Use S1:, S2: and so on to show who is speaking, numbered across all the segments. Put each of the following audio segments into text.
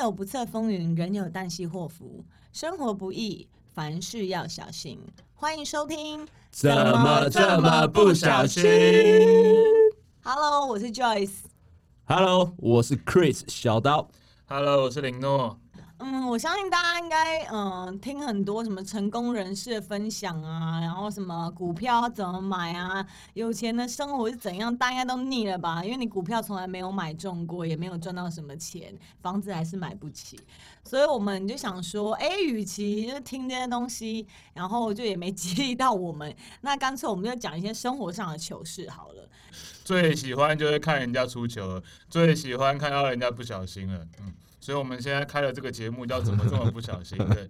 S1: 有不测风云，人有旦夕祸福，生活不易，凡事要小心。欢迎收听《
S2: 怎么这么不小心
S1: Hello，我是 Joyce。
S2: ？Hello，我是 Chris 小刀。
S3: Hello，我是林诺。
S1: 嗯，我相信大家应该嗯、呃听很多什么成功人士的分享啊，然后什么股票要怎么买啊，有钱的生活是怎样，大家都腻了吧？因为你股票从来没有买中过，也没有赚到什么钱，房子还是买不起，所以我们就想说，哎，与其就听这些东西，然后就也没激励到我们，那干脆我们就讲一些生活上的糗事好了。
S3: 最喜欢就是看人家出糗了，最喜欢看到人家不小心了。嗯，所以我们现在开了这个节目叫《怎么这么不小心》。 对，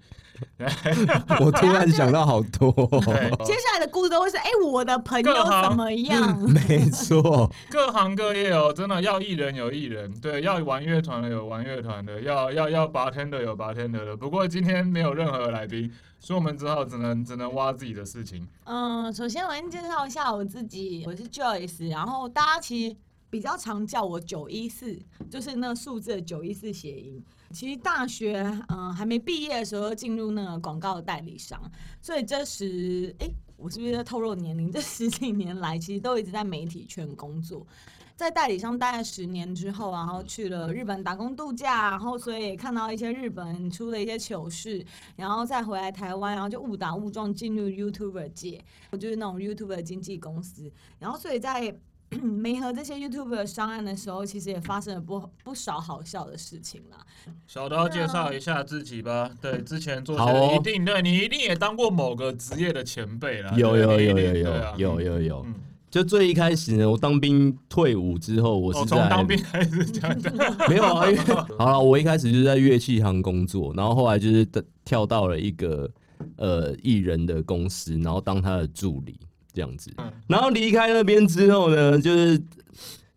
S2: 我突然想到好多、哦
S3: 对
S1: 接下来的故事都会是，哎，我的朋友
S3: 各行
S1: 怎么样？
S2: 没 错，
S3: 各行各业哦，真的要艺人有艺人，对，要玩乐团的有玩乐团的，要要要 bartender 有 bartender 的。不过今天没有任何来宾，所以我们只好只能只能挖自己的事情。
S1: 嗯，首先我先介绍一下我自己，我是 Joyce，然后大家其实比较常叫我九一四，就是那个数字九一四谐音。其实大学嗯还没毕业的时候就进入那个广告代理商，所以这时诶，我是不是在透露年龄？这 十几年来其实都一直在媒体圈工作。在代理商待了十年之后，然后去了日本打工度假，然后所以也看到一些日本出的一些糗事，然后再回来台湾，然后就误打误撞进入 YouTuber 界，我就是那种 YouTuber 经纪公司，然后所以在 没和这些 YouTuber 商案的时候，其实也发生了不不少好笑的事情啦。
S3: 小刀介绍一下自己吧。对，之前做
S2: 好哦
S3: 一定对你一定也当过某个职业的前辈啦。
S2: 有
S3: 对
S2: 有
S3: 你一
S2: 有
S3: 定
S2: 有
S3: 对啊
S2: 有有有有
S3: 嗯。
S2: 就最一开始呢，我当兵退伍之后，我
S3: 我
S2: 是
S3: 哦从
S2: 在、
S3: 当兵开始讲的。
S2: 没有啊，因为好了，我一开始就是在乐器行工作，然后后来就是跳到了一个呃艺人的公司，然后当他的助理这样子
S3: 嗯。
S2: 然后离开那边之后呢，就是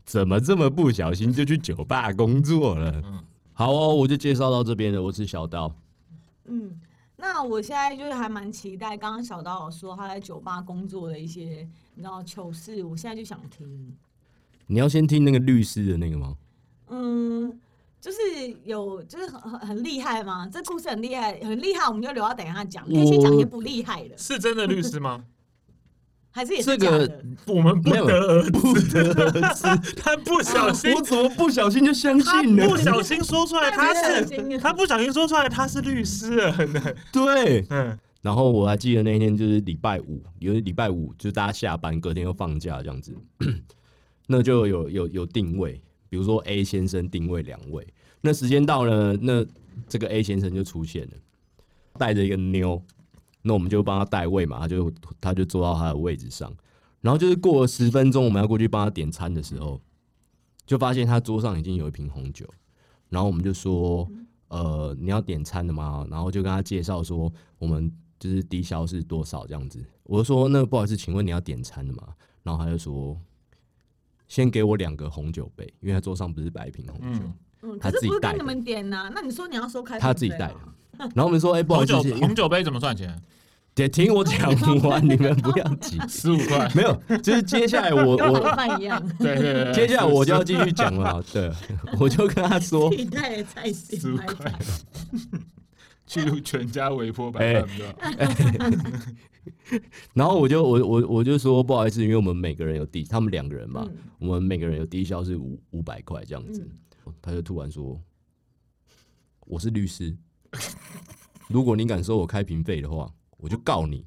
S2: 怎么这么不小心就去酒吧工作了
S3: 嗯？
S2: 好哦，我就介绍到这边了，我是小刀。
S1: 嗯，那我现在就是还蛮期待，刚刚小刀有说他在酒吧工作的一些你知道糗事，我现在就想听。
S2: 你要先听那个律师的那个吗？
S1: 嗯，就是有，就是很很很厉害吗？这故事很厉害，很厉害，我们就留到等一下讲。可以先讲一些不厉害的，
S3: 是真的律师吗？
S1: 还是也
S2: 这
S1: 是假的？
S2: 个
S3: 我们不
S2: 没有
S3: 得而知，
S2: 不得而知，
S3: 他不小心
S2: 我，怎么不小心就相
S3: 哦他
S2: 信了？
S3: 不小心说出来
S1: 太
S3: 他
S1: 不小心了
S3: 是，他不小心说出来他是律师了，
S2: 对，
S3: 嗯，
S2: 然后我还记得那一天就是礼拜五，有礼拜五就是大家下班，隔天又放假这样子， 那就有有有定位，比如说 A 先生定位两位，那时间到了，那这个 A 先生就出现了，带着一个妞，那我们就帮他带位嘛，他就他就坐到他的位置上，然后就是过了十分钟，我们要过去帮他点餐的时候，就发现他桌上已经有一瓶红酒，然后我们就说，呃，你要点餐的吗？然后就跟他介绍说，我们就是低消是多少这样子。我就说，那不好意思，请问你要点餐的吗？然后他就说，先给我两个红酒杯，因为他桌上不是摆一瓶红酒，
S3: 嗯
S1: 嗯，
S2: 他
S1: 可是
S2: 自己
S1: 不是
S2: 带
S1: 跟你
S2: 的
S1: 们点呐、那你说你要收开，
S2: 他自己带的。 然后我们说，哎、不好意
S3: 红
S2: 思
S3: 酒，
S2: 是因为
S3: 红酒杯怎么 算钱？
S2: 得听我讲完，你们不要 急。，
S3: 十五块
S2: 没有，就是接下来我
S1: 跟
S2: 我
S1: 晚饭一样，
S3: 对对对，
S2: 接下来我就要继续讲 了。对， 我就跟他说
S1: 自，己带的菜心
S3: 十五
S1: 买
S3: 块
S1: 菜，
S3: 去全家微波
S2: 哎
S3: 白饭的，
S2: 然后我就我我我就说不好意思，因为我们每个人有低，他们两个人嘛，
S1: 嗯
S2: 我们每个人有低消是五五百块这样子。
S1: 嗯
S2: 他就突然说：“我是律师，如果你敢收我开瓶费的话，我就告 你。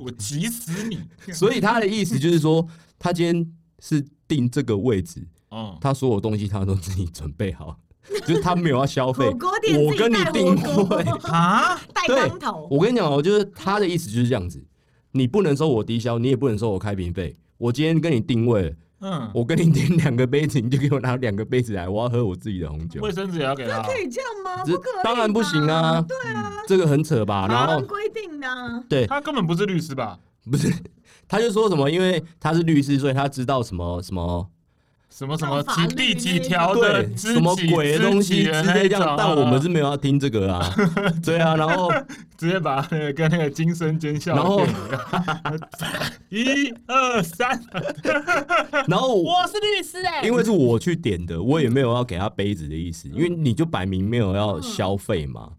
S3: 我急死你，”
S2: 所以他的意思就是说，他今天是定这个位置，
S3: 嗯，
S2: 他所有东西他都自己准备好， 就是他没有要消费。
S1: 火锅店
S2: 我
S1: 自己
S2: 跟你
S1: 带
S2: 定
S1: 火锅
S2: 位，
S3: 啊，
S1: 带
S2: 对
S1: 汤头，
S2: 我跟你讲哦，就是他的意思就是这样子，你不能收我低消，你也不能收我开瓶费。我今天跟你定位了，
S3: 嗯，
S2: 我跟你点两个杯子，你就给我拿两个杯子来，我要喝我自己的红酒
S3: 卫。生纸也要给他
S1: 可，以这样吗？
S2: 这
S1: 不可以，
S2: 当然不行啊，，
S3: 对啊，
S2: 这个很扯吧？然
S1: 法
S2: 后
S1: 律规定的啊。
S2: 对，
S3: 他根本不是律师吧？
S2: 不是，他就说什么，因为他是律师，所以他知道什么什么
S3: 什么什么
S1: 法
S3: 几
S1: 律
S3: 第几
S1: 那
S3: 条
S2: 对
S3: 的哦知
S2: 什么
S3: 己
S2: 鬼的东西
S3: 知己的
S2: 之类这
S3: 那一
S2: 样，
S3: 种
S2: 但我们
S3: 啊
S2: 是没有要听这个 啊，对啊，然后
S3: 直接把那个跟那个金声尖笑的
S2: 然后
S3: 电影一样，一二三，
S2: 然后我
S1: 我是律师哎、
S2: 因为是我去点的，我也没有要给他杯子的意
S1: 嗯
S2: 思，因为你就摆明没有要消费嘛。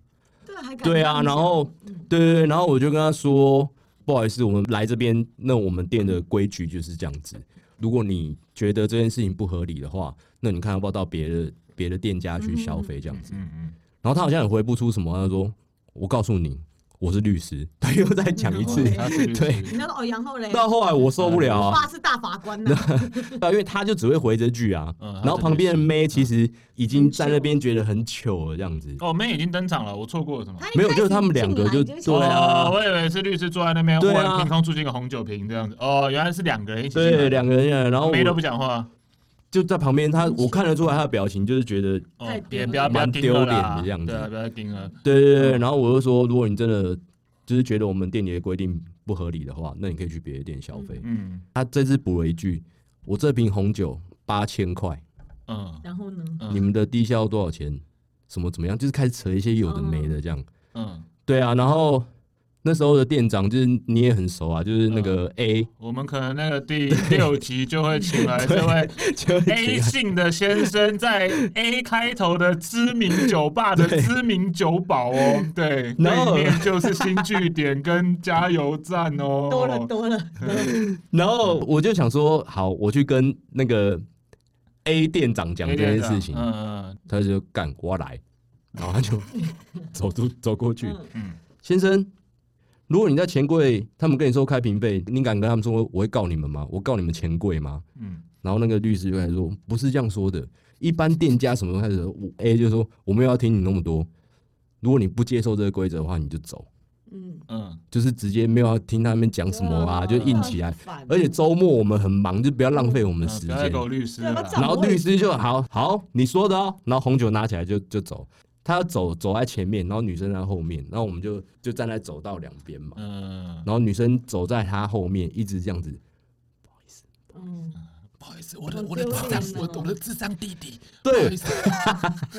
S1: 对还敢
S2: 对
S1: 这
S2: 啊，
S1: 样
S2: 然后对对对，然后我就跟他说，不好意思，我们来这边，那我们店的规矩就是这样子。如果你觉得这件事情不合理的话，那你看要不要到别的别的店家去消费这样子？
S3: 嗯嗯，
S2: 然后他好像也回不出什么，他说：“我告诉你，我是律师。” 他又再讲一次
S1: 嗯。
S3: 他是律师
S2: 对
S1: 讲你那个哦，然后嘞，
S2: 到后来我受不了
S1: 我
S2: 啊，
S1: 爸是大法官呐、
S2: 对啊，因为他就只会回这句啊，
S3: 嗯
S2: 然后旁边的妹其实已经在那边觉得很糗了，这样子。
S3: 哦妹已经登场了，我错过了什么？
S1: 他一
S2: 没有
S1: 开
S2: 就是
S1: 始
S2: 他们
S1: 进
S2: 两个
S1: 来
S2: 就
S1: 想
S2: 对啊
S3: 哦我以为是律师坐在那边，忽
S2: 对啊
S3: 然凭空出现一个红酒瓶这样子。哦，原来是两个人一起进来
S2: 对，两个人进来，然后
S3: 妹都
S2: 我
S3: 不嗯讲话。
S2: 就在旁边，他我看得出来他的表情就是觉得，
S3: 哦
S1: 太，
S3: 别
S1: 丢
S3: 不要不要
S2: 蛮
S3: 盯
S2: 丢
S3: 了
S2: 脸
S3: 啦
S2: 的样子
S3: 对啊，不要盯了。
S2: 对对对，然后我就说，如果你真的就是觉得我们店里的规定不合理的话，那你可以去别的店消费。
S3: 嗯
S2: 他这次补了一句，我这瓶红酒八千块，
S3: 嗯
S1: 然后呢，
S3: 嗯
S2: 你们的低消多少钱？什么怎么样？就是开始扯一些有的没的这样。
S3: 嗯，
S2: 对啊，然后那时候的店长就是你也很熟啊，就是那
S3: 嗯
S2: 个 A，
S3: 我们可能那个第六集就会请来这位
S2: 就
S3: A 姓的先生，在 A 开头的知名酒吧的
S2: 对
S3: 知名酒保哦，对，
S2: 然
S3: 那
S2: 后
S3: 里面就是新据点跟加油站哦，
S1: 多了多了，多了
S2: 然后嗯我就想说，好，我去跟那个 A 店长讲
S3: A
S2: 这件
S3: 店长
S2: 事情，
S3: 嗯嗯
S2: 他就干我来，然后他 就走出走过去，
S1: 嗯
S3: 嗯
S2: 先生，如果你在钱柜，他们跟你收开瓶费，你敢跟他们说我会告你们吗？我告你们钱柜吗？
S3: 嗯
S2: 然后那个律师就开始说，不是这样说的，一般店家什么时候开始说我，A 就说我没有要听你那么多，如果你不接受这个规则的话，你就走。
S1: 嗯，
S3: 嗯
S2: 就是直接没有要听他们讲什么啊，就硬起来
S1: 很。烦
S2: 而且周末我们很忙，就不要浪费我
S3: 嗯，
S2: 们时
S3: 不要再
S2: 间。
S3: 狗律师了
S1: 对
S3: 啦
S1: 不。要
S2: 然后律师就好好你说的哦，然后红酒拿起来就就走，他要走走在前面，然后女生在后面，然后我们就就站在走道两边嘛，
S3: 嗯，
S2: 然后女生走在他后面，一直这样子。
S1: 嗯
S3: 不好意思，我
S1: 的我的好丢智障脸哦我我的
S3: 智障弟弟，
S2: 对，
S3: 思，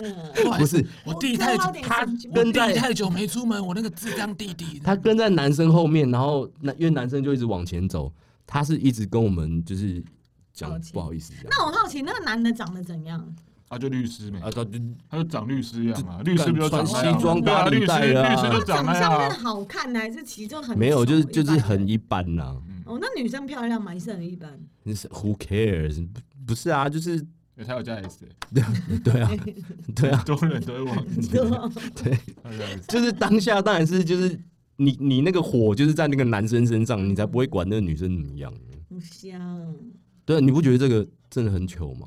S1: 嗯，
S3: 不好
S2: 不是
S1: 我弟太久我多花点他神经
S2: 我弟在
S3: 太久没出门，我那个智障弟弟，
S2: 他跟在男生后面，然后男因为男生就一直往前走，他是一直跟我们就是
S1: 抱
S2: 讲
S1: 歉
S2: 不好意思这样
S1: 那我好奇那个男的长得怎样？
S3: 他就律师没
S2: 啊，，他就
S3: 他就长律师一样啊，律师不就长
S2: 穿
S3: 那样
S2: 西
S3: 吗
S2: 装
S3: 对啊
S2: 打
S3: 律
S2: 领
S3: 师
S2: 带啊
S3: 律师就长
S1: 长
S3: 那样
S1: 相是
S3: 啊，
S1: 好看呢，还是其实就很
S2: 没有，就是
S1: 丑
S2: 就是很
S1: 一般
S2: 一般呐、
S3: 嗯
S1: 哦，那女生漂亮嘛，也是很一 般。
S2: 你是 Who cares？不不是啊，就是
S3: 他有加 S，欸
S2: 对啊，对啊，
S3: 多人都会忘记 他有加 S，
S2: 就是当下当然是就是你你那个火就是在那个男生身上，你才不会管那个女生怎么样。
S1: 不香，
S2: 对啊，你不觉得这个真的很糗吗？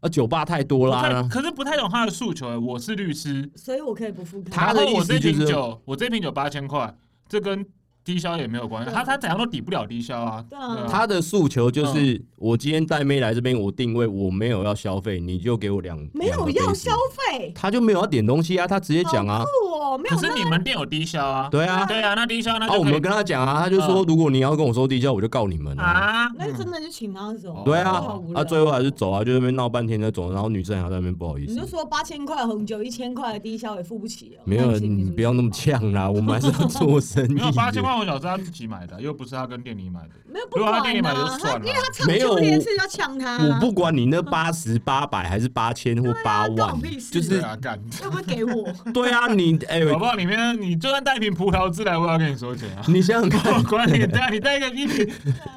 S2: 啊，酒吧太多啦、
S3: 可可是不太懂他的诉求欸。我是律师，
S1: 所以我可以不付
S2: 他
S1: 开。
S3: 然
S2: 的
S3: 后
S2: 意
S3: 我
S2: 思
S3: 这
S2: 就
S3: 瓶
S2: 是
S3: 酒，我这瓶酒八千块，这跟低消也没有关系。
S1: 对啊
S3: 他他怎样都抵不了低消啊。
S1: 对啊
S2: 他的诉求
S3: 嗯
S2: 就是，我今天带妹来这边，我定位我没有要消费，你就给我两
S1: 没有要消，
S2: 两个杯子
S1: 费，
S2: 他就没有要点东西啊，他直接讲啊
S1: 好，酷哦，没有
S3: 可是你们店有低消啊。
S2: 对啊，
S3: 对啊，那低消那
S2: 啊，
S3: 就
S2: 我
S3: 可
S2: 们
S3: 以嗯
S2: 跟他讲啊，他就说，如果你要跟我收地价，我就告你们啊。
S3: 啊。
S1: 那真的就请他
S3: 嗯
S1: 走，
S2: 对啊
S1: 好无，聊
S2: 啊，最后还是走啊，就在那边闹半天才走，然后女生还在那边不好意
S1: 你
S2: 思
S1: 就。说八千块红酒，一千块的低消也付不起哦。
S2: 没有，
S1: 那请
S2: 你
S1: 出去
S2: 不要那么呛啦，我们还是 要做生意
S3: 没有
S2: 的。
S3: 八千啊块，我小时他自己买的，啊又不是他跟店里买的。
S1: 没有不
S3: 如果
S1: 管
S3: 他
S1: 啊，
S3: 店里买就
S1: 他
S3: 算
S1: 因
S3: 了
S1: 为他唱
S2: 没有
S1: 秋
S2: 我
S1: 连是要抢他，啊
S2: 我不管你那八十、八百还是八千或八
S1: 关我
S2: 万
S1: 屁，事
S2: 就是
S3: 对 啊，干。
S1: 要不要给 我？
S2: 对啊，你哎，
S3: 搞不好里面你就算带一瓶葡萄汁来，我也要跟你 收钱啊。
S2: 你想想看，
S3: 我管你，对啊，你带一个一瓶，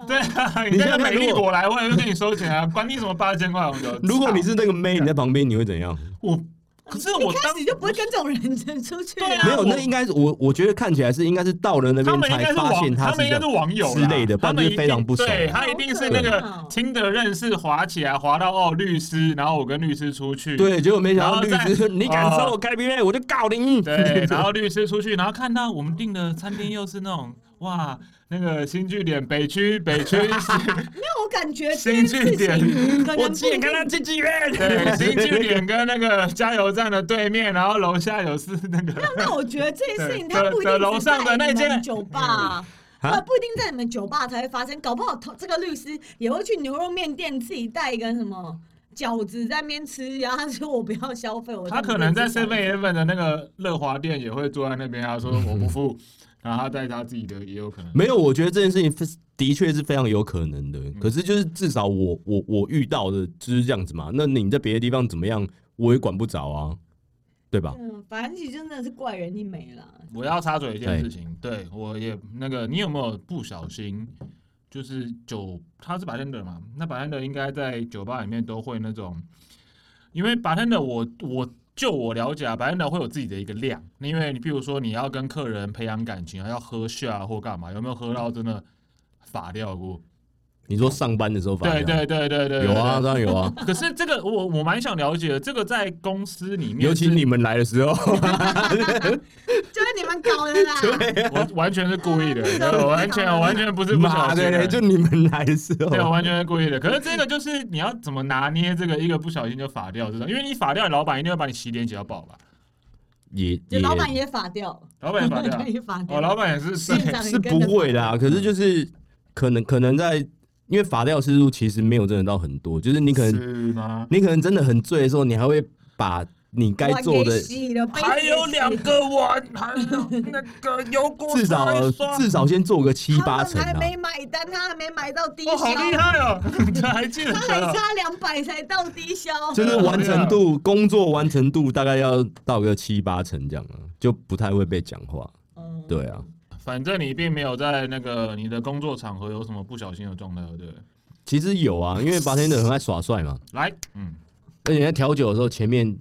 S3: 对啊，你带个美丽果来，我也会跟你收钱啊，管你什么八千块红酒。
S2: 如果你是那个妹，你在旁边你会怎样？
S3: 我，可是我
S1: 一开
S3: 当
S1: 始就不会跟这种人 出去
S3: 对啊
S2: 没有，
S3: 我
S2: 那应该是我我觉得看起来是应该是到了那
S3: 他
S2: 边
S3: 们应该
S2: 才
S3: 是
S2: 发现
S3: 网，
S2: 他
S3: 们
S2: 这
S3: 应该是
S2: 样。
S3: 网友
S2: 之类的不
S3: 他
S2: 然就
S3: 们
S2: 是
S3: 一定
S2: 非常不熟
S3: 对他一定是那个听的认识滑起来，滑到哦律师，然后我跟律师出去，
S2: 对，结果没想到律
S3: 然后
S2: 师说
S3: 再哦
S2: 你敢收我开瓶费，我就告你。
S3: 对，然后律师出去，然后看到我们订的餐厅又是那种哇，那个新据点北区北 区
S1: 没有，我感觉这
S3: 新
S1: 件
S3: 据
S1: 事
S3: 点
S1: 情可能
S2: 我
S1: 不
S2: 亲眼看他进妓院。
S3: 对，新据点跟那个加油站的对面，然后楼下有是那个，
S1: 那我觉得这件事情
S3: 对
S1: 它不一定
S3: 的
S1: 只
S3: 楼上的
S1: 在
S3: 那
S1: 你们
S3: 间
S1: 酒吧。
S2: 嗯
S1: 呃，不一定在你们酒吧才会发生，搞不好同这个律师也会去牛肉面店自己带一个什么饺子在那边吃，然后他说我不要消费，我
S3: 他可能在
S1: 身
S3: Seven
S1: 边
S3: Eleven 的那个乐华店也会坐在那边，他说我不付，然后他带他自己的也有可能。
S2: 没有，我觉得这件事情非的确是非常有可能的。
S3: 嗯
S2: 可是就是至少我我我遇到的就是这样子嘛。那你在别的地方怎么样，我也管不着啊，对吧？
S1: 嗯，反正真的是怪人一枚啦。
S3: 我要插嘴一件事情，对我也那个，你有没有不小心，就是酒，他是 bartender 嘛？那 bartender 应该在酒吧里面都会那种，因为 bartender 我我就我了解啊，bartender 会有自己的一个量，因为你譬如说你要跟客人培养感情啊，要喝下或干嘛，有没有喝到真的法掉过？
S2: 你说上班的时候发
S3: 对
S2: 现
S3: 对对对对，
S2: 有啊，
S3: 对。
S2: 当然有啊，
S3: 可是这个我我蛮想了解的，这个在公司里面，
S2: 尤其你们来的时候，
S1: 就是你们搞的啦，
S3: 我完全是故 意的，我完全我完全不是不小
S2: 妈
S3: 心
S2: 的
S3: 的
S2: 嘞，就你们来的时
S3: 对，我
S1: 哦
S2: 候，
S3: 完全是故意的。可是这个就是你要怎么拿捏这个，一个不小心就法掉这种，因为你法掉，老板一定会把你洗脸洗到爆吧？
S2: 也
S1: 就
S2: 也
S1: 老板也法掉，
S3: 老板也法 掉，
S1: 也法掉。
S3: 哦，老板也是
S1: 是
S3: 对
S1: 长
S2: 是不会
S3: 嗯
S2: 啦，可是就是可能可能在，因为罚掉次数其实没有真的到很多，就是你可能
S3: 是吗？
S2: 你可能真的很醉的时候，你还会把你该做的
S3: 还有两个碗，还有那个油锅
S2: 至
S3: 刷
S2: 少
S3: 一刷
S2: 至少先做个七八成
S1: 他们还
S2: 啊。
S1: 没买单，他还没买到低消，
S3: 哦，好厉害 哦！你还记得
S1: 他还
S3: 哦？
S1: 差两百才到低消。
S2: 就是完成度，工作完成度大概要到个七八成这样啊，就不太会被讲话。
S1: 嗯
S2: 对啊，
S3: 反正你并没有在那个你的工作场合有什么不小心的状态，对不对？
S2: 其实有啊，因为白天的很爱耍帅嘛，
S3: 来，嗯，
S2: 而且在调酒的时候，前面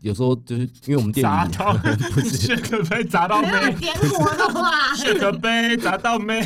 S2: 有时候就是因为我们店
S3: 砸
S2: 里
S3: 到，这个被砸到
S1: 没有
S3: 没？
S1: 点火的话，
S3: 这个杯砸到没？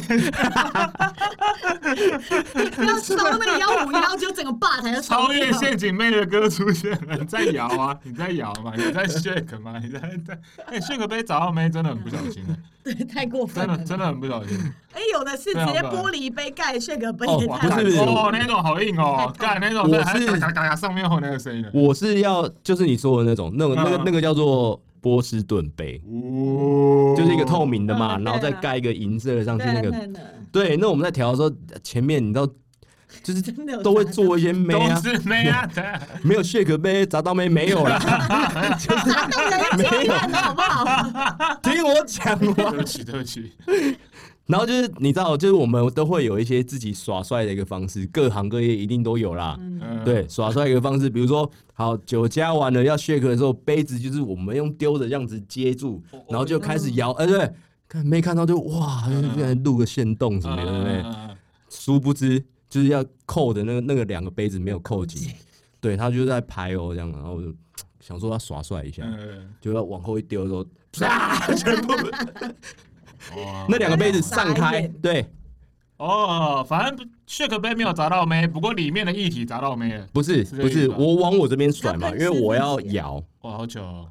S1: 要是到那个幺五幺，就整个吧台都烧
S3: 超
S1: 掉
S3: 越陷阱妹的歌出现了，你在摇啊，你在摇嘛，你在 shake 嘛，你在在哎、shake 杯找到妹真的很不小心欸，
S1: 对，太过分
S3: 真
S1: 了
S3: 的。真的很不小心。
S1: 哎，有的是直接玻璃杯盖、炫个杯，
S2: 哦
S1: 也
S3: 哇，
S1: 太
S2: 不是
S3: 哦，那种好硬哦，干那种
S2: 我
S3: 还
S2: 是
S3: 嘎嘎嘎嘎上面会有那个声音的，
S2: 我是要就是你说的那种，那个那个
S3: 嗯
S2: 那个叫做波士顿杯，
S3: 哦，
S2: 就是一个透明的嘛，
S1: 嗯
S2: 然后再
S1: 对啊
S2: 盖一个银色的上去那
S1: 对
S2: 个。
S1: 对对
S2: 对，那我们在调的时候，前面你知道，就是
S1: 真的有
S2: 都会
S1: 砸到
S2: 做一些妹
S3: 都
S2: 啊，
S3: 是妹啊，对
S2: 没有 shake 杯、砸到妹没有 啦。
S1: 砸到人家烂了，好不好？
S2: 听我讲完，
S3: 不起对不起，
S2: 然后就是你知道，就是我们都会有一些自己耍帅的一个方式，各行各业一定都有啦。
S3: 嗯，
S2: 对，耍帅一个方式，比如说，好酒加完了要 shake 的时候，杯子就是我们用丢的这样子接住，
S3: 哦
S2: 然后就开
S3: 嗯
S2: 始摇，呃，对，看没看到就哇，就是录个线动什么的，对不对？
S3: 嗯
S2: 殊不知就是要扣的那个那个两个杯子没有扣
S3: 嗯
S2: 紧，对他就在排哦这样，然后我就想说他耍帅一下，
S3: 嗯啊
S2: 就要往后一丢的时候，啪，全部
S3: 嗯哇
S2: 那两个杯子
S1: 傻
S2: 散开，
S1: 眼
S2: 对，
S3: 哦，反正 shake 杯没有砸到妹，不过里面的液体砸到妹了，
S2: 不是
S3: 是这个
S2: 不
S3: 意
S2: 是，
S3: 思吧
S2: 我往我这边甩
S1: 他
S2: 嘛，因
S1: 喷
S2: 为我要
S1: 自己，
S2: 摇，
S3: 哇，好久、哦，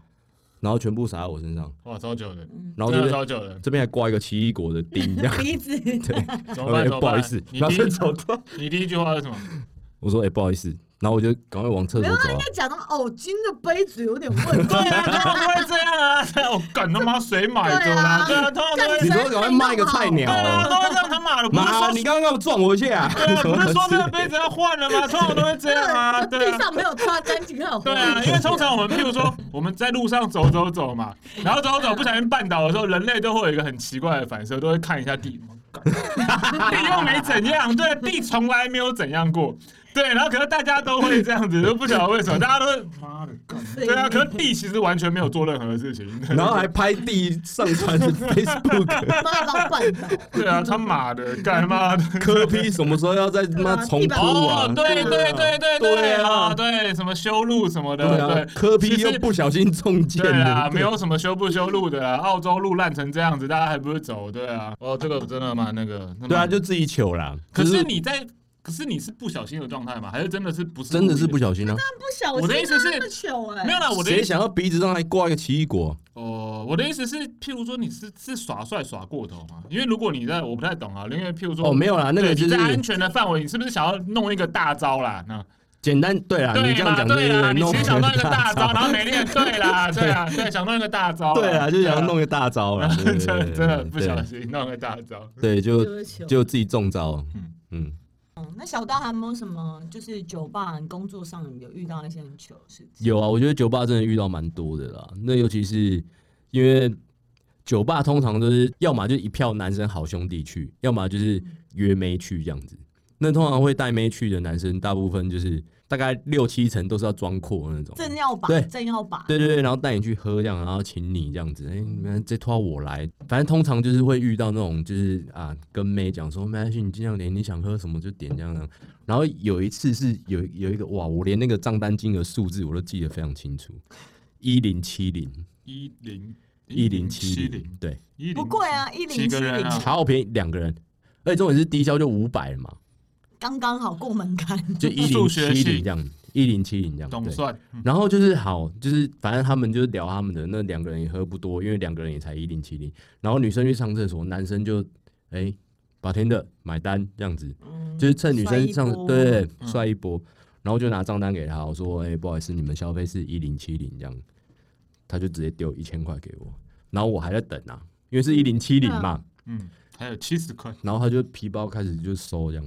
S2: 然后全部洒在我身上，
S3: 哇，超久的，
S2: 然后这
S3: 真的
S2: 边
S3: 超久的，
S2: 这边还挂一个奇异果的钉，这样
S1: 鼻子
S3: 怎么办？
S2: 哎
S3: 怎么办
S2: 不好意思，
S3: 你
S2: 然后
S3: 第
S2: 就
S3: 一
S2: 走掉，
S3: 你第一句话是什么？
S2: 我说哎不好意思，然后我就赶快往厕
S1: 没
S2: 所
S1: 有，
S2: 走
S1: 人
S2: 啊
S1: 家，讲到哦，金的杯子有点问题。
S3: 通常哎都会这样啊！我干他妈谁买的啦？对
S1: 对
S3: 啊，
S1: 啊
S3: 通常都会
S1: 干
S2: 你
S3: 这样
S2: 说赶快卖一个菜鸟
S3: 对啊，
S2: 哦，
S3: 都会这样他妈的，不是
S2: 妈，
S3: 说
S2: 你刚刚我撞我一下，
S3: 对啊，
S2: 什么
S3: 不是说
S2: 之类
S3: 这
S2: 的
S3: 个杯子要换了吗？通常都会这样啊， 对
S1: 地
S3: 啊。
S1: 上没有擦干净，很好
S3: 对啊，因为通常我们譬如说我们在路上走走走嘛，然后走走走不小心绊倒的时候，人类都会有一个很奇怪的反射，都会看一下地，干地又没怎样，对，地从来没有怎样过，对，然后可是大家都会这样子，都不晓得为什么，大家都会妈的干，对啊，可是地其实完全没有做任何事情，对
S2: 然后还拍地上传 Facebook，
S1: 把它绊倒。
S3: 对啊，他妈 的，干妈的！
S2: 科批什么时候要再他妈重铺啊
S3: 哦，？对对对对
S2: 对啊
S3: 啊，对什么修路什么
S2: 对
S3: 的，
S2: 啊
S3: 对，，
S2: 科批
S3: 其实
S2: 又不小心中箭
S3: 对啊，
S2: 了，
S3: 没有什么修不修路的啊，澳洲路烂成这样子，大家还不是走？对啊，哦，这个真的蛮那个，
S2: 对啊，就自己糗啦。
S3: 可
S2: 就是
S3: 你在，可是你是不小心的状态吗？还是真的是不是
S2: 真的是不
S3: 小
S2: 小心啊！
S1: 不小心，
S3: 我的意思是
S1: 那么糗哎，
S3: 没有啦，我的意
S2: 谁
S3: 思
S2: 想要鼻子上还挂一个奇异果？
S3: 哦，我的意思是，譬如说你是是耍帅耍过头嘛？因为如果你在，我不太懂啊，因为譬如说
S2: 哦，没有啦，那个
S3: 对
S2: 就
S3: 你在安
S2: 是
S3: 全的范围，你是不是想要弄一个大招啦？那
S2: 简单，对啦，
S3: 对
S2: 啊你这样
S3: 嘛？
S2: 讲
S3: 对啦，
S2: 是
S3: 你
S2: 弄
S3: 其实想弄一个大招，
S2: 招，
S3: 然后没练对 啦，对啊，对，想弄一个大招，
S2: 对啦，就想要弄一
S3: 一
S2: 个大招啦，对
S3: 真
S2: 对对
S3: 真的不
S2: 对
S3: 小心弄一个大招。
S2: 对，就
S1: 对不起哦
S2: 就自己中招
S3: 嗯。
S2: 嗯，
S1: 嗯那小刀还有没有什么，就是酒吧你工作上有遇到一些很糗的事情？
S2: 有啊，我觉得酒吧真的遇到蛮多的啦。那尤其是因为酒吧通常都是要么就是一票男生好兄弟去，要么就是约妹去这样子。那通常会带妹去的男生，大部分就是大概六七成都是要装阔的那种。
S1: 正要把
S2: 对，
S1: 正要把，
S2: 对对对，然后带你去喝这样，然后请你这样子，哎、你们这拖我来，反正通常就是会遇到那种就是啊，跟妹讲说没关系，你尽量点，你想喝什么就点这样这样。然后有一次是有有一个哇，我连那个账单金额数字我都记得非常清楚，一零七零
S3: 一零
S2: 一零七零
S3: 零，
S2: 对，
S3: 一零
S1: 不贵啊，一零
S3: 七
S1: 七
S3: 个人
S1: 零
S3: 啊
S2: 超便宜两个人，而且重点是低消就五百嘛，
S1: 刚刚好过门槛，
S2: 就一零
S3: 数
S2: 七
S3: 学
S2: 零
S3: 系
S2: 这样，一零七零这样，
S3: 懂
S2: 对
S3: 算，嗯
S2: 然后就是好，就是反正他们就是聊他们的，那两个人也喝不多，因为两个人也才一零七零。然后女生去上厕所，男生就哎把天的买单这样子，就是趁女生
S1: 帅一
S2: 上
S1: 波
S2: 对
S3: 嗯
S2: 帅一波，然后就拿账单给他，我说哎不好意思，你们消费是一零七零这样，他就直接丢一千块给我，然后我还在等啊，因为是一零七零嘛，
S3: 嗯，还有七十块，
S2: 然后他就皮包开始就收这样，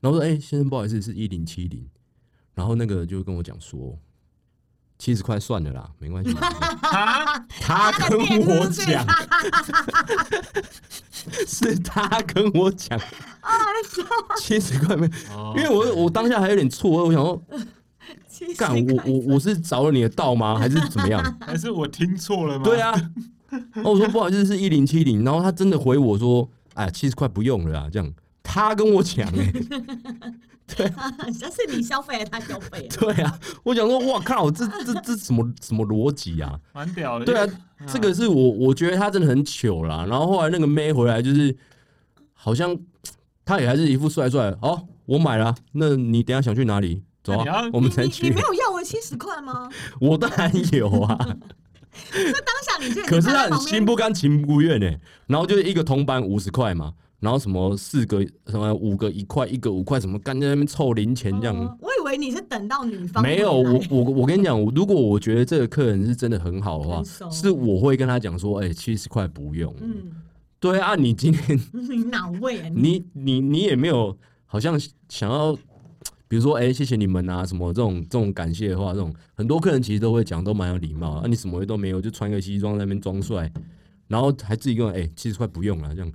S2: 然后说：“哎、先生，不好意思，是一零七零。”然后那个就跟我讲说：“七十块算了啦，没关系。
S3: 啊，”
S2: 他 跟 我
S1: 是
S2: 讲，是他跟我讲 七十块没，
S3: 哦
S2: 因为我我当下还有点错愕，我想说，
S1: 七十
S2: 干
S1: 块
S2: 我我我是着了你的道吗？还是怎么 样？
S3: 还是我听错了吗？
S2: 对，啊，然后我说不好意思，是一零七零，然后他真的回我说：“哎，七十块不用了啦。”这样，他跟我讲、哎。
S1: 这啊是你消费还是他消费啊？
S2: 对啊，我想说，哇靠，这这这什么什么逻辑啊？
S3: 蛮屌的。
S2: 对啊，
S3: 嗯
S2: 这个是我我觉得他真的很糗啦。然后后来那个妹回来，就是好像他也还是一副帅帅的。哦，我买了啊，那你等一下想去哪里？走
S3: 那你
S2: 啊
S3: 要，
S2: 我们
S1: 你
S2: 再
S1: 哎你你
S2: 去
S1: 没。有要我七十块吗？
S2: 我当然有啊，
S1: 那当下你就
S2: 可是
S1: 你
S2: 他
S1: 看
S2: 很
S1: 旁边
S2: 心不甘情不愿呢、然后就是一个铜板五十块嘛，然后什么四个什么五个一块，一个五块，什么干在那边凑零钱这样。
S1: 哦我以为你是等到女方
S2: 没
S1: 回
S2: 有，
S1: 来
S2: 我我我跟你讲，我如果我觉得这个客人是真的很好的
S1: 很
S2: 话，
S1: 熟
S2: 是我会跟他讲说，哎、7七十块不用。
S1: 嗯，
S2: 对啊，你今天
S1: 你哪位啊？
S2: 你你你也没有好像想要，比如说，哎、谢谢你们啊，什么这种这种感谢的话，这种很多客人其实都会讲，都蛮有礼貌的啊。你什么都没有，就穿个西装在那边装帅，然后还自己跟我，哎、7七十块不用了，这样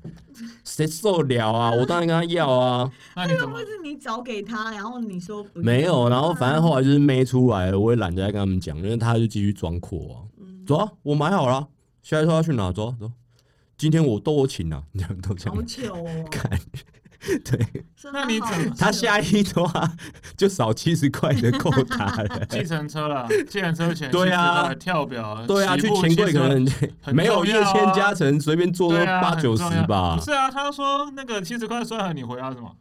S2: 谁受得了啊？我当然跟他要啊。
S3: 那你怎么
S1: 不？是你找给他，然后你说不
S2: 没
S1: 用
S2: 有，然后反正后来就是妹出来了，我也懒得再跟他们讲，因为他就继续装阔啊，走啊，我买好了啊，下一说要去哪？走啊走啊，今天我都我请啊， 这样都这
S1: 好
S2: 样，
S1: 久哦，
S2: 对
S1: 真的
S3: 那你怎么，
S1: 好
S2: 他
S1: 久
S2: 下一周啊 就少七十块的扣他了
S3: 计程车了，计程车钱
S2: 对啊
S3: 70块跳表，
S2: 对啊，
S3: 起
S2: 去
S3: 步
S2: 钱柜可
S3: 70
S2: 能
S3: 很
S2: 没有
S3: 重
S2: 夜
S3: 要啊
S2: 间加成，随便做
S3: 对
S2: 都
S3: 啊
S2: 八
S3: 很
S2: 九十
S3: 重要
S2: 吧
S3: 不，是啊，他说那个七十块算了，你回答什么？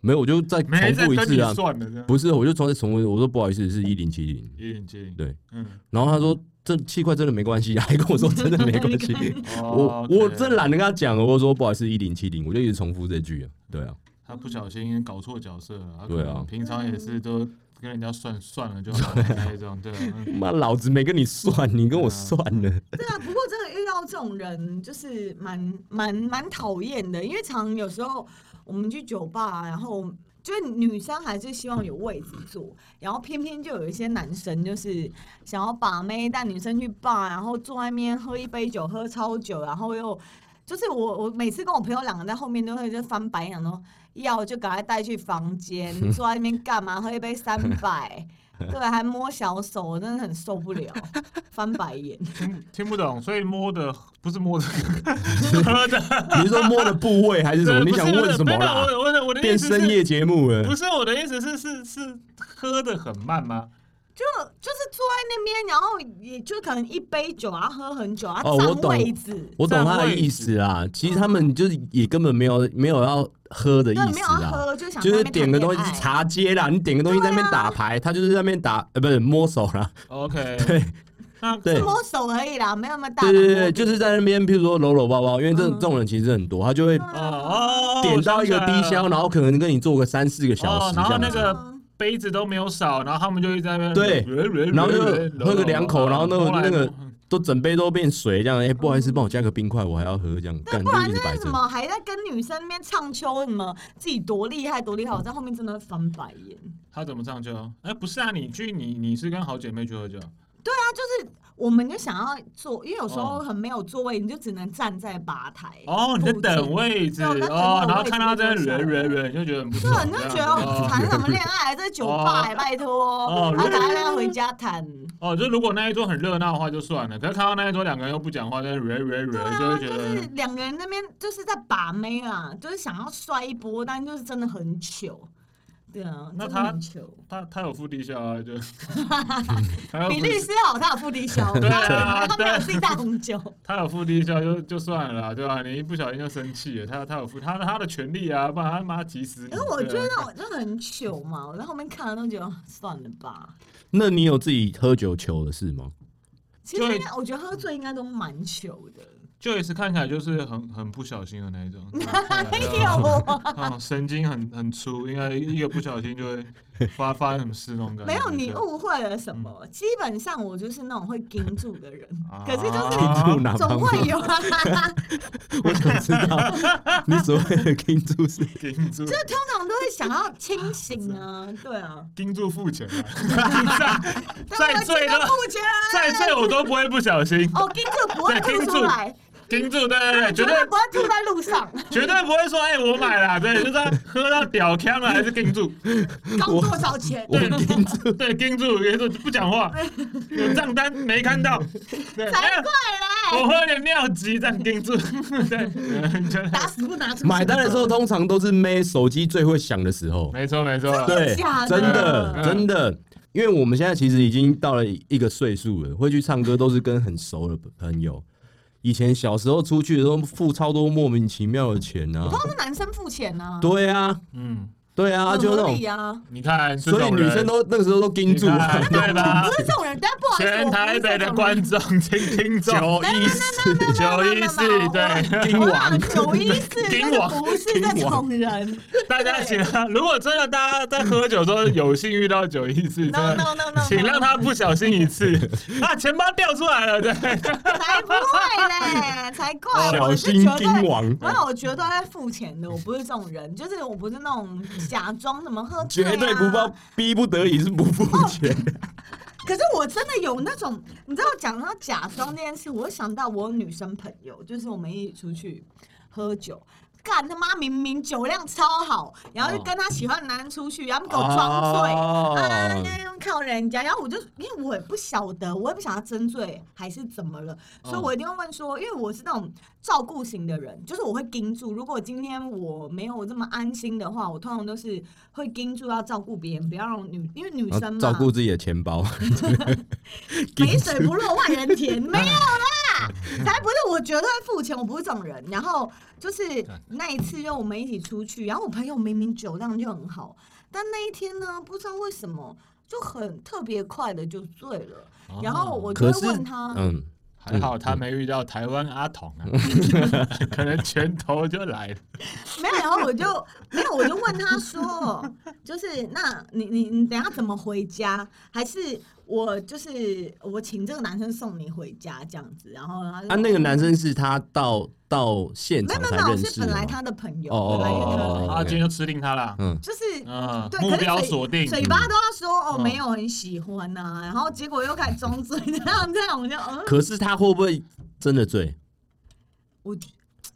S2: 没有我就再
S3: 没
S2: 重
S3: 在
S2: 复一
S3: 跟
S2: 次
S3: 你
S2: 啊，
S3: 算的，这样
S2: 不是我就重重复，我说不好意思是一零七零，
S3: 一零七零。
S2: 对，
S3: 嗯，
S2: 然后他说这七块真的没关系，还跟我说真的 没关系。我
S3: 哦
S2: 我
S3: OK
S2: 真懒得跟他讲了，我就说不好意思，一零七零，我就一直重复这句啊。对啊，
S3: 他不小心搞错角色了，他
S2: 对啊
S3: 可能平常也是都跟人家算算了就好了那 一种，对啊，嗯
S2: 妈，老子没跟你算，你跟我算了。
S1: 对啊，不过真的遇到这种人，就是蛮蛮蛮讨厌的，因为常有时候我们去酒吧，啊然后就是女生还是希望有位置坐，然后偏偏就有一些男生就是想要把妹带女生去吧，然后坐外面喝一杯酒，喝超久，然后又就是我我每次跟我朋友两个在后面都会就翻白眼哦，要就赶快带去房间，坐在那边干嘛？喝一杯三百。 对，还摸小手，我真的很受不了，翻白眼。
S3: 听听不懂，所以摸的 不是摸的，喝的
S2: 你是说摸的部位还是什么？
S3: 对
S2: 你
S3: 不是
S2: 想问什么
S3: 没有
S2: 啦？
S3: 我我的我的意
S2: 变
S3: 思是
S2: 深夜节目
S3: 不
S2: 了，
S3: 是我的意思是是是喝的很慢吗？
S1: 就就是坐在那边，然后也就可能一杯酒，然后喝很久，然
S2: 哦
S1: 后
S2: 我
S1: 占
S2: 懂
S1: 位置，
S2: 我懂他的意思啦。其实他们就是也根本没有没有要喝的意
S1: 对，没
S2: 思
S1: 有要
S2: 啦，
S1: 喝，就想
S2: 就是
S1: 在那边
S2: 点个
S1: 谈
S2: 东
S1: 恋
S2: 西
S1: 爱啊
S2: 茶街啦，你点个东西在那边打牌，他就是在那边打呃不是摸手啦，
S3: OK，
S2: 对
S3: 那
S2: 对。
S1: 摸手而已啦，没有那么大
S2: 对
S1: 的
S2: 对
S1: 摸
S2: 对，
S1: 别
S2: 就是在那边，譬如说搂搂抱抱，因为这
S1: 嗯
S2: 种
S1: 啊
S2: 这种人其实很多，他就会
S3: 哦哦，
S2: 点到一个低消，
S3: 了，
S2: 然后可能跟你做个三四个小时
S3: 哦
S2: 这
S3: 然后
S2: 样
S3: 那
S2: 子，
S3: 个杯子都没有少，然后他们就一直在那边
S2: 对然后就
S3: 呃
S2: 喝个两口然后那个那个都整杯都变水这样。哎、不好
S3: 嗯
S2: 意思，帮我加个冰块，我还要喝这样，干就一直摆
S1: 为什
S2: 着。
S1: 么还在跟女生那边唱秋什么自己多厉害多厉害？我在后面真的会翻白眼。
S3: 啊他怎么上去哦？哎，不是啊，你去你你是跟好姐妹去喝酒，
S1: 对啊，就是我们就想要坐，因为有时候
S3: 哦
S1: 很没有座位，你就只能站在吧台。
S3: 哦，你在等位置
S1: 对我在等
S3: 哦
S1: 我，的
S3: 然后
S1: 位置
S3: 看他在
S1: 就
S3: 忍
S1: 是
S3: 忍忍，就觉得很不
S1: 啊对，
S3: 爽
S1: 你就
S3: 这样
S1: 觉
S2: 啊
S3: 子
S1: 得哦
S3: 哦
S1: 谈什么恋爱，在酒吧欸，拜
S3: 哦
S1: 托，然后打电话回家谈。
S3: 哦，就如果那一桌很热闹的话就算了，可是看到那一桌两个人又不讲话，在忍忍忍，就会觉
S1: 啊就是
S3: 得
S1: 两个人那边就是在把妹啦，就是想要摔一波，但就是真的很糗。对啊，
S3: 那
S1: 真的
S3: 他
S1: 很糗。
S3: 他他有付低消啊， 就
S1: 比
S3: 他有付啊
S1: 律师好，他有 付低消，
S3: 对啊
S1: 他他没有
S3: 对
S1: 自己带红酒。
S3: 他有付低消就就算了啦，对吧？你一不小心就生气了，他他有付他他的权利啊，不然他妈急死你。
S1: 可是我
S3: 对啊
S1: 觉得那我就很糗嘛，我在后面看了都觉得啊算了吧。
S2: 那你有自己喝酒糗的事吗？
S1: 其实
S3: 对
S1: 应该我觉得喝醉应该都蛮糗的，
S3: 就也是看起来就是很很不小心的那一 种，
S1: 没
S3: 没
S1: 有
S3: 嗯，神经很很粗，应该一个不小心就会发发生什么事那种感觉。
S1: 没有你
S3: 对啊嗯
S1: 误会了什么？基本上我就是那种会盯住的人，
S3: 啊
S1: 可是就是
S2: 住哪
S1: 总
S2: 方
S1: 会
S2: 面？
S1: 有啊，
S2: 我想知道 你所谓的 king 住是
S3: 盯住，
S1: 就通常都会想要清醒啊，对啊，
S3: 盯住付钱 啊！ 再醉
S1: 都
S3: 都
S1: 不觉得
S3: 再醉我都不会不小心，
S1: 哦，盯住不会
S3: 对
S1: 吐
S3: 盯
S1: 出
S3: 住
S1: 来，
S3: 盯住，对对对，绝
S1: 绝
S3: 对
S1: 对不会吐在路上，
S3: 绝对不会说，哎，我买啦，对，就这样喝到屌腔了还是盯住，
S1: 刚多少钱？
S2: 我 king 住，
S3: 对，盯住，也是不 讲话，有账单没看到，对，
S1: 才
S3: 哎
S1: 怪嘞！
S3: 我喝点尿急，这样盯住， 对，真的
S1: 打死不拿出去
S2: 买单的时候通常都是妹手机最会响的时候。
S3: 没错没错，
S2: 对
S1: 假，的
S2: 真的
S3: 嗯
S2: 真的，因为我们现在其实已经到了一个岁数了，会去唱歌都是跟很熟的朋友。以前小时候出去的时候付超多莫名其妙的钱啊
S1: 通，常是男生付钱啊，
S2: 对啊，
S3: 嗯，
S2: 对啊，
S1: 很
S2: 就那
S1: 合
S2: 种
S1: 理，啊。
S3: 你看，这
S2: 所以
S3: 种
S2: 女
S3: 人
S2: 生都那个时候都盯住啊，
S3: 你看对吧
S1: 不？是这种人，但不好意思，
S3: 全
S1: 我不是
S3: 台北
S1: 这
S3: 的
S1: 种
S3: 观
S1: 人
S3: 众、请听众，
S2: 意思，
S3: 九一四，对，
S2: 盯完，
S1: 九一四
S3: 盯
S1: 真
S3: 我
S1: 的不是这种人。
S3: 大家请啊，如果真的大家在喝酒之后有幸遇到九一四，真
S1: No
S3: 的
S1: no no no，
S3: 请让他不小心一次，啊，钱包掉出来了，对，
S1: 才不会嘞，才怪！
S2: 小
S1: 我是
S2: 心
S1: 绝对，
S2: 盯王，
S1: 没有，我绝对在付钱的，我不是这种人，就是我不是那种假装怎么喝醉、啊，
S2: 绝对不报，逼不得已是不付 钱。
S1: 可是我真的有那种，你知道，讲到假装这件事，我想到我有女生朋友，就是我们一起出去喝酒。干他妈明明酒量超好，然后就跟他喜欢的男人出去，然后他们给我装醉，啊，
S2: 哦
S1: 那用靠人家，然后我就因为我也不晓得，我也不想要真醉还是怎么了，所以
S2: 哦
S1: 我一定会问说，因为我是那种照顾型的人，就是我会盯住。如果今天我没有这么安心的话，我通常都是会盯住要照顾别人，不要让女，因为女
S2: 然
S1: 生
S2: 后
S1: 嘛，
S2: 啊照顾自己的钱 包，
S1: 肥水不落外人 田，没有啦，才不是，我绝对会付钱，我不是这种人。然后就是那一次，就我们一起出去，然后我朋友明明酒量就很好，但那一天呢，不知道为什么就很特别快的就醉了，然后我就
S2: 哦可
S1: 会
S2: 是
S1: 问他，
S2: 嗯，
S3: 还好他没遇到台湾阿童 啊，可能拳头就 来了，
S1: 没有，然后我就没有，我就问他说，就是那你你你等下怎么回家？还是我就是我请这个男生送你回家这样子？然后他就
S2: 啊，那个男生是他到到现
S1: 没有
S2: 场
S1: 没有
S2: 才
S1: 没有，
S2: 认
S1: 是
S2: 识的
S1: 本来
S2: 吗？
S1: 他的朋友，
S2: 哦
S1: 本来
S2: 哦
S1: 有
S2: 哦哦
S3: 啊，今天就吃定他啦，
S2: 嗯，
S1: 就是。
S3: 嗯，
S1: 哎对，
S3: 目
S1: 可是
S3: 标
S1: 嘴
S3: 锁定，
S1: 嘴巴都要说哦，
S3: 嗯
S1: 没有很喜欢呐、然后结果又开始装醉， 这样这样，我就嗯，
S2: 可是他会不会真的醉？
S1: 我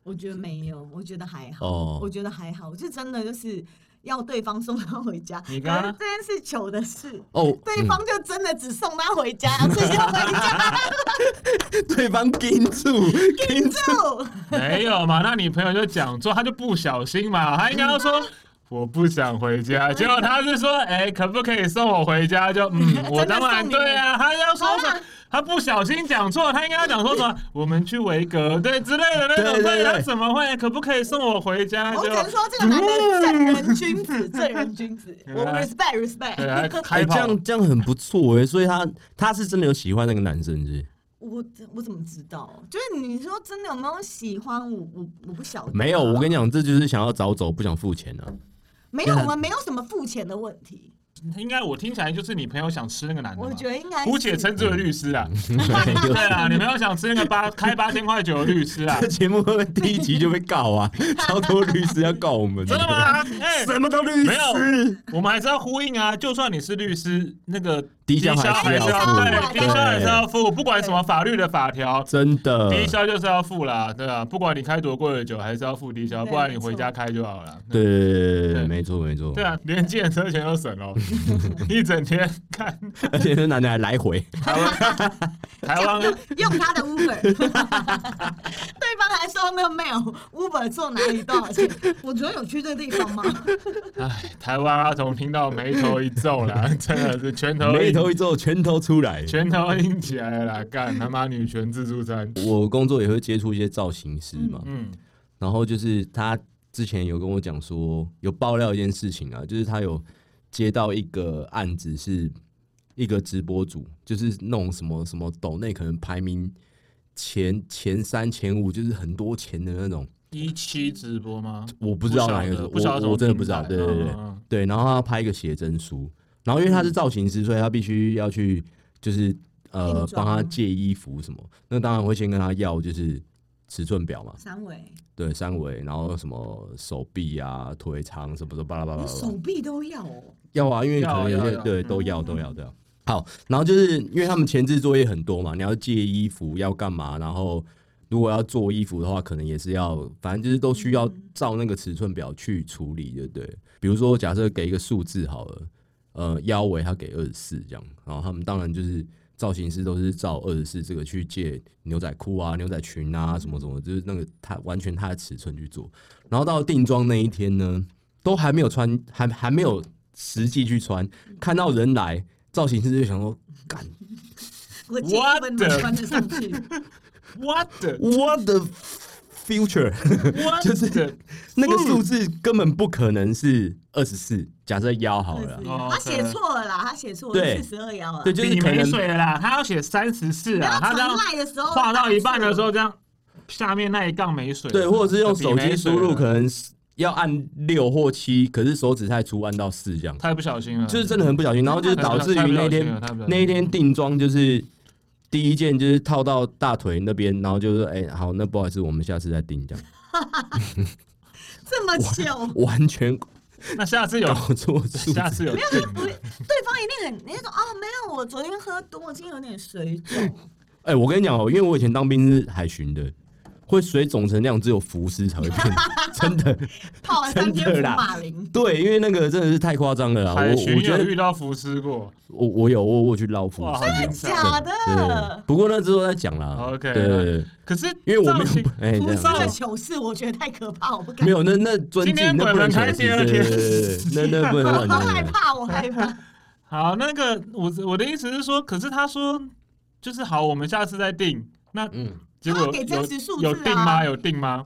S1: 我觉得没有，我觉得还好，
S2: 哦
S1: 我觉得还好，就真的就是要对方送他回家，
S3: 你刚刚
S1: 可是这件事糗的是，
S2: 哦，
S1: 对 方就真的只送他回家，然后自己就回家
S2: 嗯对方盯 住，盯住，
S1: 住。
S3: 没有嘛？那你朋友就讲说他就不小心嘛，他应该要
S1: 嗯
S3: 说。我不想回家，结果他是说，哎、可不可以送我回家？就 嗯，我当然对啊，他要说什么？他不小心讲错，他应该要讲说什么？我们去维格对之类的那种，
S2: 对对对
S3: 他怎么会？可不可以送我回家？
S1: 我
S3: 就
S1: 只能说这个男的正人君 子，正人君子，我 respect
S3: 对
S1: respect。
S3: 啊，
S2: 哎，
S3: 开
S2: 这
S3: 炮，
S2: 样这样很不错哎，所以他他是真的有喜欢那个男生是不是？
S1: 我我怎么知道？就是你说真的有没有喜欢我？我我不晓得。
S2: 没 有，我跟你讲，这就是想要早走，不想付钱啊。
S1: 没
S2: 因
S1: 有，
S2: 为
S1: 我
S2: 他
S1: 们没有什么付钱的问题。
S3: 应该我听起来就是你朋友想吃那个男的
S1: 我
S3: 嘛，
S1: 觉得应该
S3: 姑且
S1: 是
S3: 称之为律师
S2: 嗯
S3: 啊。
S2: 对
S3: 对啊，你朋友想吃那个八开八千块酒的律师啊
S2: 这？节目会不会第一集就被 告啊？超多律师要告我们，
S3: 真的？吗？哎、
S2: 什么都律
S3: 没
S2: 师，
S3: 我们还是要呼应啊！就算你是律师，那个
S2: 低消
S3: 消
S2: 还
S3: 还
S2: 是要
S3: 是要
S2: 付
S3: 对，低消还是要付，不管什么法律的法条，
S2: 真的。
S3: 低消就是要付啦，对啊，不管你开多贵的酒，还是要付低消，
S1: 对
S3: 不然你回家开就好了。
S2: 对对对对
S3: 对
S2: 对，没错没错。
S3: 对，啊，连借车钱都省 了，一整天看
S2: 而且这男的还来回，
S3: 台湾，台湾
S1: 用用他的 Uber，对方还说那个 mail Uber 坐哪里多少钱？ 我昨天有去这地方吗？
S3: 哎，台湾阿童听到眉头一皱啦， 真的是拳头
S2: 眉
S3: 硬
S2: 头一皱，拳头出来。
S3: 拳头硬起来了啦，干他妈女权自助餐，
S2: 我工作也会接触一些造型师嘛，
S3: 嗯
S2: 然后就是他之前有跟我讲说，有爆料一件事情啊，就是他有接到一个案子，是一个直播主，就是弄什么什么抖内可能排名前前三前五，就是很多钱的那种，
S3: 一期直播吗？
S2: 我不知道哪一个是，
S3: 不晓得什
S2: 我
S3: 么
S2: 我真的
S3: 平
S2: 不知道，
S3: 台
S2: 对对对
S3: 嗯嗯
S2: 对，然后他拍一个写真书，然后因为他是造型师，所以他必须要去就是呃
S1: 定妆
S2: 帮他借衣服什么，那当然会先跟他要就是尺寸表嘛，
S1: 三维，
S2: 对，三围，然后什么手臂啊、腿长什么的，巴拉巴拉
S1: 你
S2: 巴拉
S1: 手，臂都要哦。
S2: 要啊，因为可能有
S3: 要
S2: 些
S3: 要要
S2: 对
S3: 嗯
S2: 都要都要都要。好，然后就是因为他们前置作业很多嘛，你要借衣服要干嘛，然后如果要做衣服的话，可能也是要，反正就是都需要
S3: 嗯
S2: 照那个尺寸表去处理，对不对？比如说假设给一个数字好了，呃，腰围他给二十四这样，然后他们当然就是造型师都是照二十四这个去借牛仔裤啊、牛仔裙啊什么什么，就是那个他完全他的尺寸去做。然后到定妆那一天呢，都还没有穿，还还没有实际去穿，
S1: 嗯
S2: 看到人来，造型师就想说，干
S1: 我建议
S3: What
S1: 问你们穿得上去，
S3: What the
S2: what the future，
S3: What
S2: 就是
S3: the-
S2: 那个数字根本不可能是二十四，假设腰好了啊，
S3: 哦
S1: 他写错了啦，他写错了
S2: 对
S1: 四十二幺了。
S2: 对，就是
S3: 你
S2: 可
S3: 没
S2: 能
S3: 水了啦，他要写三十四
S1: 然
S3: 啊，
S1: 后
S3: 他这样
S1: 传赖的时候，
S3: 画到一半的时候这样，下面那一杠没水了，啊
S2: 对，或者是用手机输入，
S3: 笔没水了
S2: 可能是要按六或七，可是手指太粗，按到四这样，
S3: 太不小心了，
S2: 就是真的很不小心，然后就是导致
S3: 太
S2: 于
S3: 不
S2: 那
S3: 小心
S2: 天
S3: 了太不小心了
S2: 那一天定妆就是第一件就是套到大腿那边，然后就是说哎、好，那不好意思，我们下次再定这样，
S1: 这么久，
S2: 完全
S3: 那下次有
S2: 搞错数字
S3: 下次有进的
S1: 对方一定很，你就说哦，没有，我昨天喝多，今天有点水 肿。
S2: 哎、我跟你讲哦，因为我以前当兵是海巡的，会水肿成那样，只有浮尸才会 变，真的。
S1: 泡完三天
S2: 真的
S1: 福
S2: 啦
S1: 马林，
S2: 对，因为那个真的是太夸张了啦。啊
S3: 海
S2: 我
S3: 巡
S2: 我觉
S3: 有
S2: 得
S3: 遇到浮尸过，
S2: 我我有我我去捞浮
S3: 哇，好
S2: 尸，
S3: 精彩！
S1: 假
S3: 啊
S2: 对
S1: 的。。
S2: 不过那之后再讲啦。
S3: OK，
S2: 对对对，
S3: 可是
S2: 因为我没
S3: 造型
S2: 有哎、
S1: 福
S2: 这
S1: 生的
S2: 样。
S1: 糗事，我觉得太可怕，我不敢。
S2: 没有，那那尊
S3: 今天
S2: 敬，那不能
S3: 鬼门
S2: 小
S3: 开
S2: 视，
S3: 第二
S2: 对对
S3: 天
S2: 对对，对那那不能
S1: 我
S2: 乱
S1: 好
S2: 讲。
S1: 害怕，我害怕。
S3: 好，那个我我的意思是说，可是他说就是好，我们下次再定。那
S2: 嗯，
S3: 结
S1: 他
S3: 果
S1: 给
S3: 有
S1: 真实数字啊
S3: 有定吗？有定吗？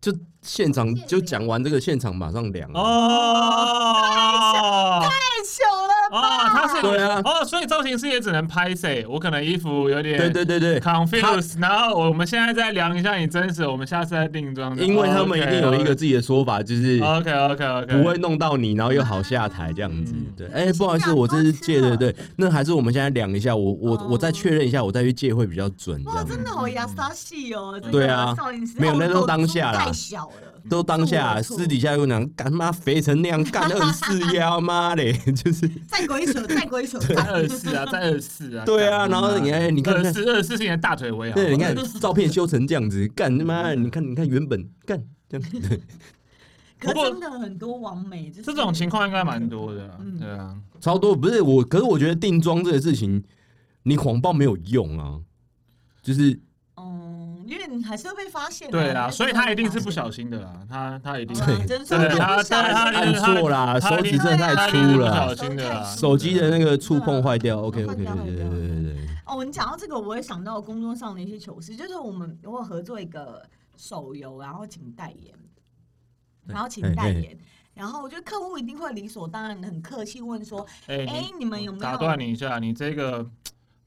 S2: 就现场就讲完这个，现场马上量啊。
S3: 哦，
S1: 太糗了
S3: 哦，
S1: 吧？
S3: 他是
S2: 对啊
S3: 哦，所以造型师也只能拍谁？我可能衣服有点
S2: 对对对对，
S3: confuse，然后我们现在再量一下你真实，我们下次再定妆。
S2: 因为他们一定有一个自己的说法，就是。
S3: OK OK OK，
S2: 不会弄到你，然后又好下台这样子
S3: 嗯。
S2: 对，哎、不好意思，我这是借的，对，那还是我们现在量一下，我我、
S1: 哦
S2: 我再确认一下，我再去借会比较准这
S1: 哇，
S2: 样子
S1: 真。的好牙刷细哦！这个
S2: 对啊
S1: 少林寺
S2: 没有那都
S1: 后
S2: 当下啦
S1: 太小了。
S2: 都当下
S1: 错
S2: 私底下又讲，干妈肥成那样，干二四幺，妈嘞， 就是
S1: 再鬼 扯，再鬼扯，
S3: 在二四啊，在二四啊，
S2: 对啊然后你看你看
S3: 二四二四是你的大腿围啊，
S2: 对，你看照片修成这样子，干他妈，你看你看原本干这样，对
S1: 可
S3: 不过
S1: 真的很多网美就是
S3: 这种情况应该蛮多的啊，
S1: 嗯
S3: 对啊，
S2: 超多不是我，可是我觉得定妆这个事情，你谎报没有用啊，就是
S1: 嗯，因为你还是会被发现啊。
S3: 对
S1: 还
S3: 啊，
S1: 是
S3: 所
S1: 会
S3: 以他
S1: 被
S3: 一定是
S1: 发
S3: 不
S1: 现
S3: 小心的啦，他他一定
S1: 好啦真是
S3: 对他
S1: 不小心
S3: 他
S2: 按错啦，
S3: 他
S2: 手
S3: 一
S2: 指
S3: 定
S2: 真的太粗
S3: 他一定是不小
S2: 了
S3: 心。的啦
S2: 手机的那个触碰坏掉，OK OK，对对对对对对，
S1: 哦，你讲到这个，我也想到工作上的一些糗事，就是我们我有合作一个手游，然后请代言，然后请代
S2: 嘿嘿
S1: 言，然后我觉得客户一定会理所当然的很客气问说，
S3: 哎
S1: 哎你们有没有
S3: 打断你一下，你这个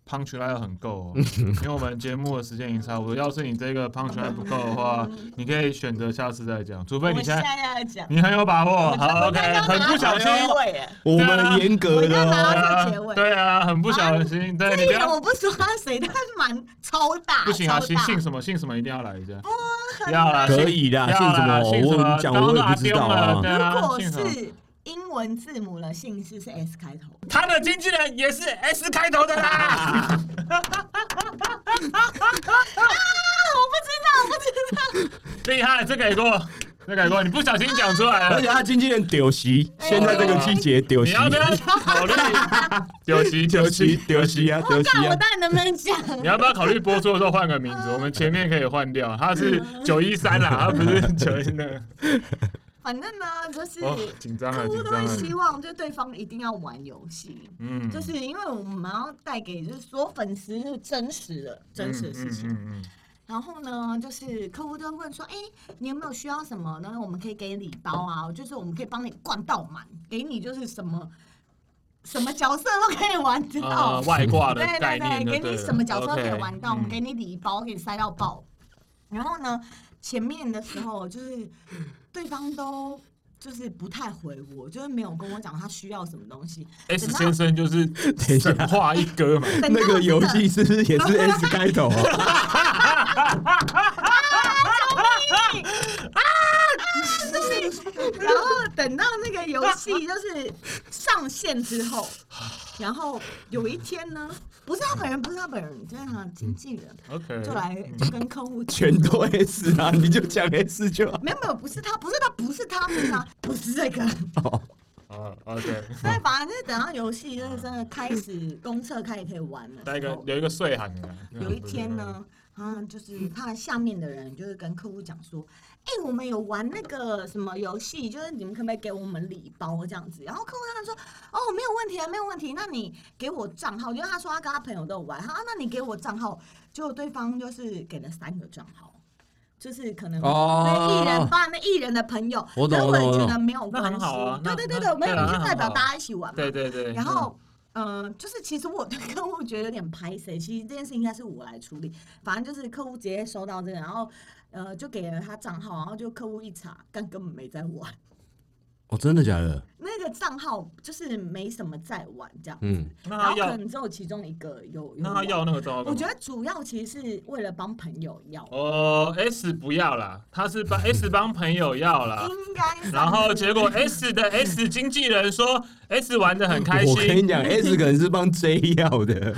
S3: punch line 很 够、哦，因为我们节目的时间已经差不多。要是你这个 punch line 不够的话， 你可以选择下次再讲，除
S1: 嗯我
S3: 非你
S1: 们
S3: 现
S1: 现
S3: 在
S1: 在要讲，
S3: 你很有把握。好
S1: 我
S3: ，OK，
S1: 刚刚
S3: 很
S1: 拿
S3: 不
S1: 到
S3: 小心，
S1: 结尾耶，
S2: 我们严格的
S1: 我刚刚拿
S2: 哦，
S1: 到
S3: 啊
S1: 结尾
S3: 对啊，很不小心，对，
S1: 这
S3: 你不
S1: 一
S3: 要
S1: 人我不说他谁，但是蛮超大，
S3: 不行啊，
S1: 超
S3: 姓
S1: 大
S3: 姓什么姓什么一定要来一下，要啦，
S2: 可以的，姓
S3: 啊要
S2: 什
S3: 啦
S2: 么？
S3: 姓什么
S2: 我讲我也不知道
S3: 当然阿丢了对
S2: 啊。
S3: 啊
S1: 如果
S3: 姓什么
S1: 是英文字母的姓氏是 S 开头，
S3: 他的经纪人也是 S 开头的 啦。
S1: 我不知道，我不知道。
S3: 厉害，这给过，这给过，你不小心讲出来
S2: 而
S3: 了
S2: 且。他经纪人丢席，现在这个季节丢
S3: 哎你
S2: 席，
S3: 要不要考虑 丢席
S2: 丢
S3: 丢
S2: 席，
S3: 席？
S2: 丢席啊，丢席
S1: 干，我
S2: 啊！
S1: 到底能不能讲？
S3: 你要不要考虑播出的时候换个名字？我们前面可以换掉，他 是九一三啦，他不是九一那个。
S1: 反正呢，就是
S3: 哦，紧张了，
S1: 客户
S3: 紧
S1: 都
S3: 张
S1: 会希
S3: 了。
S1: 望，就对方一定要玩游戏，
S3: 嗯
S1: 就是因为我们要带给就是所有粉丝是真实的、真实的事情。
S3: 嗯嗯
S1: 然后呢，就是客户都会问说：“哎、你有没有需要什么呢？我们可以给你礼包啊，就是我们可以帮你灌到满，给你就是什么什么角色都可以玩
S3: 嗯
S1: 到。
S3: 啊，外挂的
S1: 对
S3: 概念就
S1: 哦对，
S3: 了，
S1: 给你什么角色可以
S3: OK，
S1: 玩到，我们给
S3: 嗯
S1: 你礼包，给你塞到爆。然后呢，前面的时候就是对方都就是不太回我，就是没有跟我讲他需要什么东西。
S3: S
S1: 等到
S3: 先 生就是
S2: 一下
S3: 神话一哥嘛，
S1: 等到
S2: 那个游
S1: 真的
S2: 戏是不是也 是 S 开头啊？
S1: 然后等到那个游戏就是上线之后，然后有一天呢，不是他本人，不是他本人，就是他的经纪人
S3: OK，
S1: 就来就跟客
S3: 嗯
S1: 户
S2: 全都 S 啊，你就讲 S 就好。
S1: 没有没有，不是他，不是他，不是他，不是他，不是这个。
S3: 啊，OK，
S1: 所以反正就是等到游戏
S2: 啊
S1: 就是真的开始 公测开始可以玩了，
S3: 带一
S1: 然
S3: 个
S1: 后
S3: 有一个睡喊的。
S1: 有一天呢，啊，就是他下面的人就是跟客户讲说，哎、我们有玩那个什么游戏，就是你们可不可以给我们礼包这样子？然后客户他说，哦，没有问题啊，没有问题，那你给我账号，因为他说他跟他朋友都有玩，他说、啊那你给我账号，结果对方就是给了三个账号。就是可能
S2: 哦
S1: 那艺人帮那艺人的朋友，
S2: 我懂
S1: 但我也
S2: 我懂我
S1: 觉
S2: 懂
S1: 得没有
S3: 那
S1: 关
S3: 很
S1: 系，
S3: 好啊那
S1: 对对对
S3: 那
S1: 对，我们
S3: 对啊
S1: 就
S3: 那
S1: 代表
S3: 很好
S1: 大家一起玩嘛，
S3: 对对对，
S1: 然后，呃，就是其实我对客户觉得有点拍谁，其实这件事应该是我来处理。反正就是客户直接收到这个，然后呃就给了他账号，然后就客户一查，但根本没在玩，
S2: 哦，真的假的？
S1: 那个账号就是没什么在玩这样。
S2: 嗯，
S3: 那
S1: 然
S3: 他
S1: 后可
S3: 要
S1: 能只有其中一个有有
S3: 那他
S1: 玩
S3: 要那个招，
S1: 我觉得主要其实是为了帮朋友要，
S3: 哦，S 不要啦，他是帮 S 帮朋友要啦，
S1: 应该是
S3: 啊然后结果 S 的 S 经纪人说 S 玩的很开
S2: 我跟你
S3: 心，
S2: 讲，S 可能是帮 J 要 的。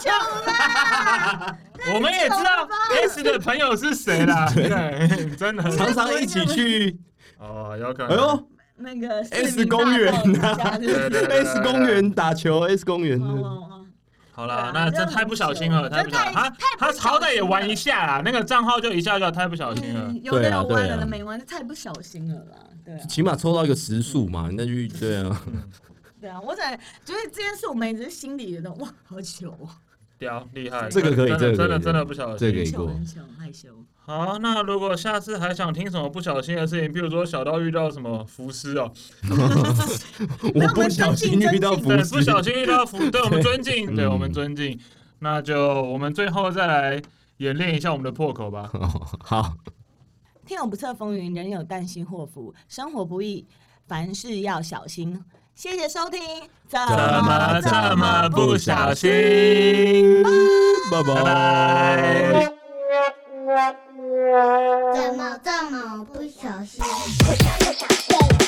S1: 穷啦，
S3: 我们也知道 S 的朋友是谁啦， 对，真的
S2: 常常一起 去，
S3: 哦，有可
S2: 哎
S3: 能。
S2: 呦
S1: 那个
S2: S 公园
S1: 啊，
S3: 对对对
S2: ，S 公园打球，S 公园，
S1: 嗯嗯嗯
S3: 好啦，那这太不小心了，太不小心，他他好歹也玩一下啦，那个账号就一下就太不小心了。
S1: 嗯，有的
S2: 对啊
S1: 有
S2: 对
S1: 玩，
S2: 啊
S1: 有的没玩，太不小心了啦。对啊，
S2: 起码抽到一个时速嘛，那就对啊，
S1: 对啊，我只能就是这件事，我们也只是心里觉得哇，好糗哦，
S3: 屌，厉害！
S2: 这个可以
S3: 真
S2: 这个
S3: 的
S2: 可以
S3: 真的
S2: 这个
S3: 真的不小心。
S2: 这个可以
S1: 很糗
S2: 过
S1: 很糗，很害羞。
S3: 好，那如果下次还想听什么不小心的事情，比如说小到遇到什么浮尸哦，
S2: 我不小心遇到福
S3: 对，
S2: 斯
S3: 不， 小心遇到浮，对我们尊敬，对我
S2: 嗯
S3: 们尊敬。那就我们最后再来演练一下我们的破口吧。
S2: 哦好，
S1: 天有不测风云，人有旦夕祸福，生活不易，凡事要小心。谢谢收听，怎
S2: 怎么这么不小心？拜
S3: 拜拜。
S4: 怎么这么不小心？
S5: 不小心。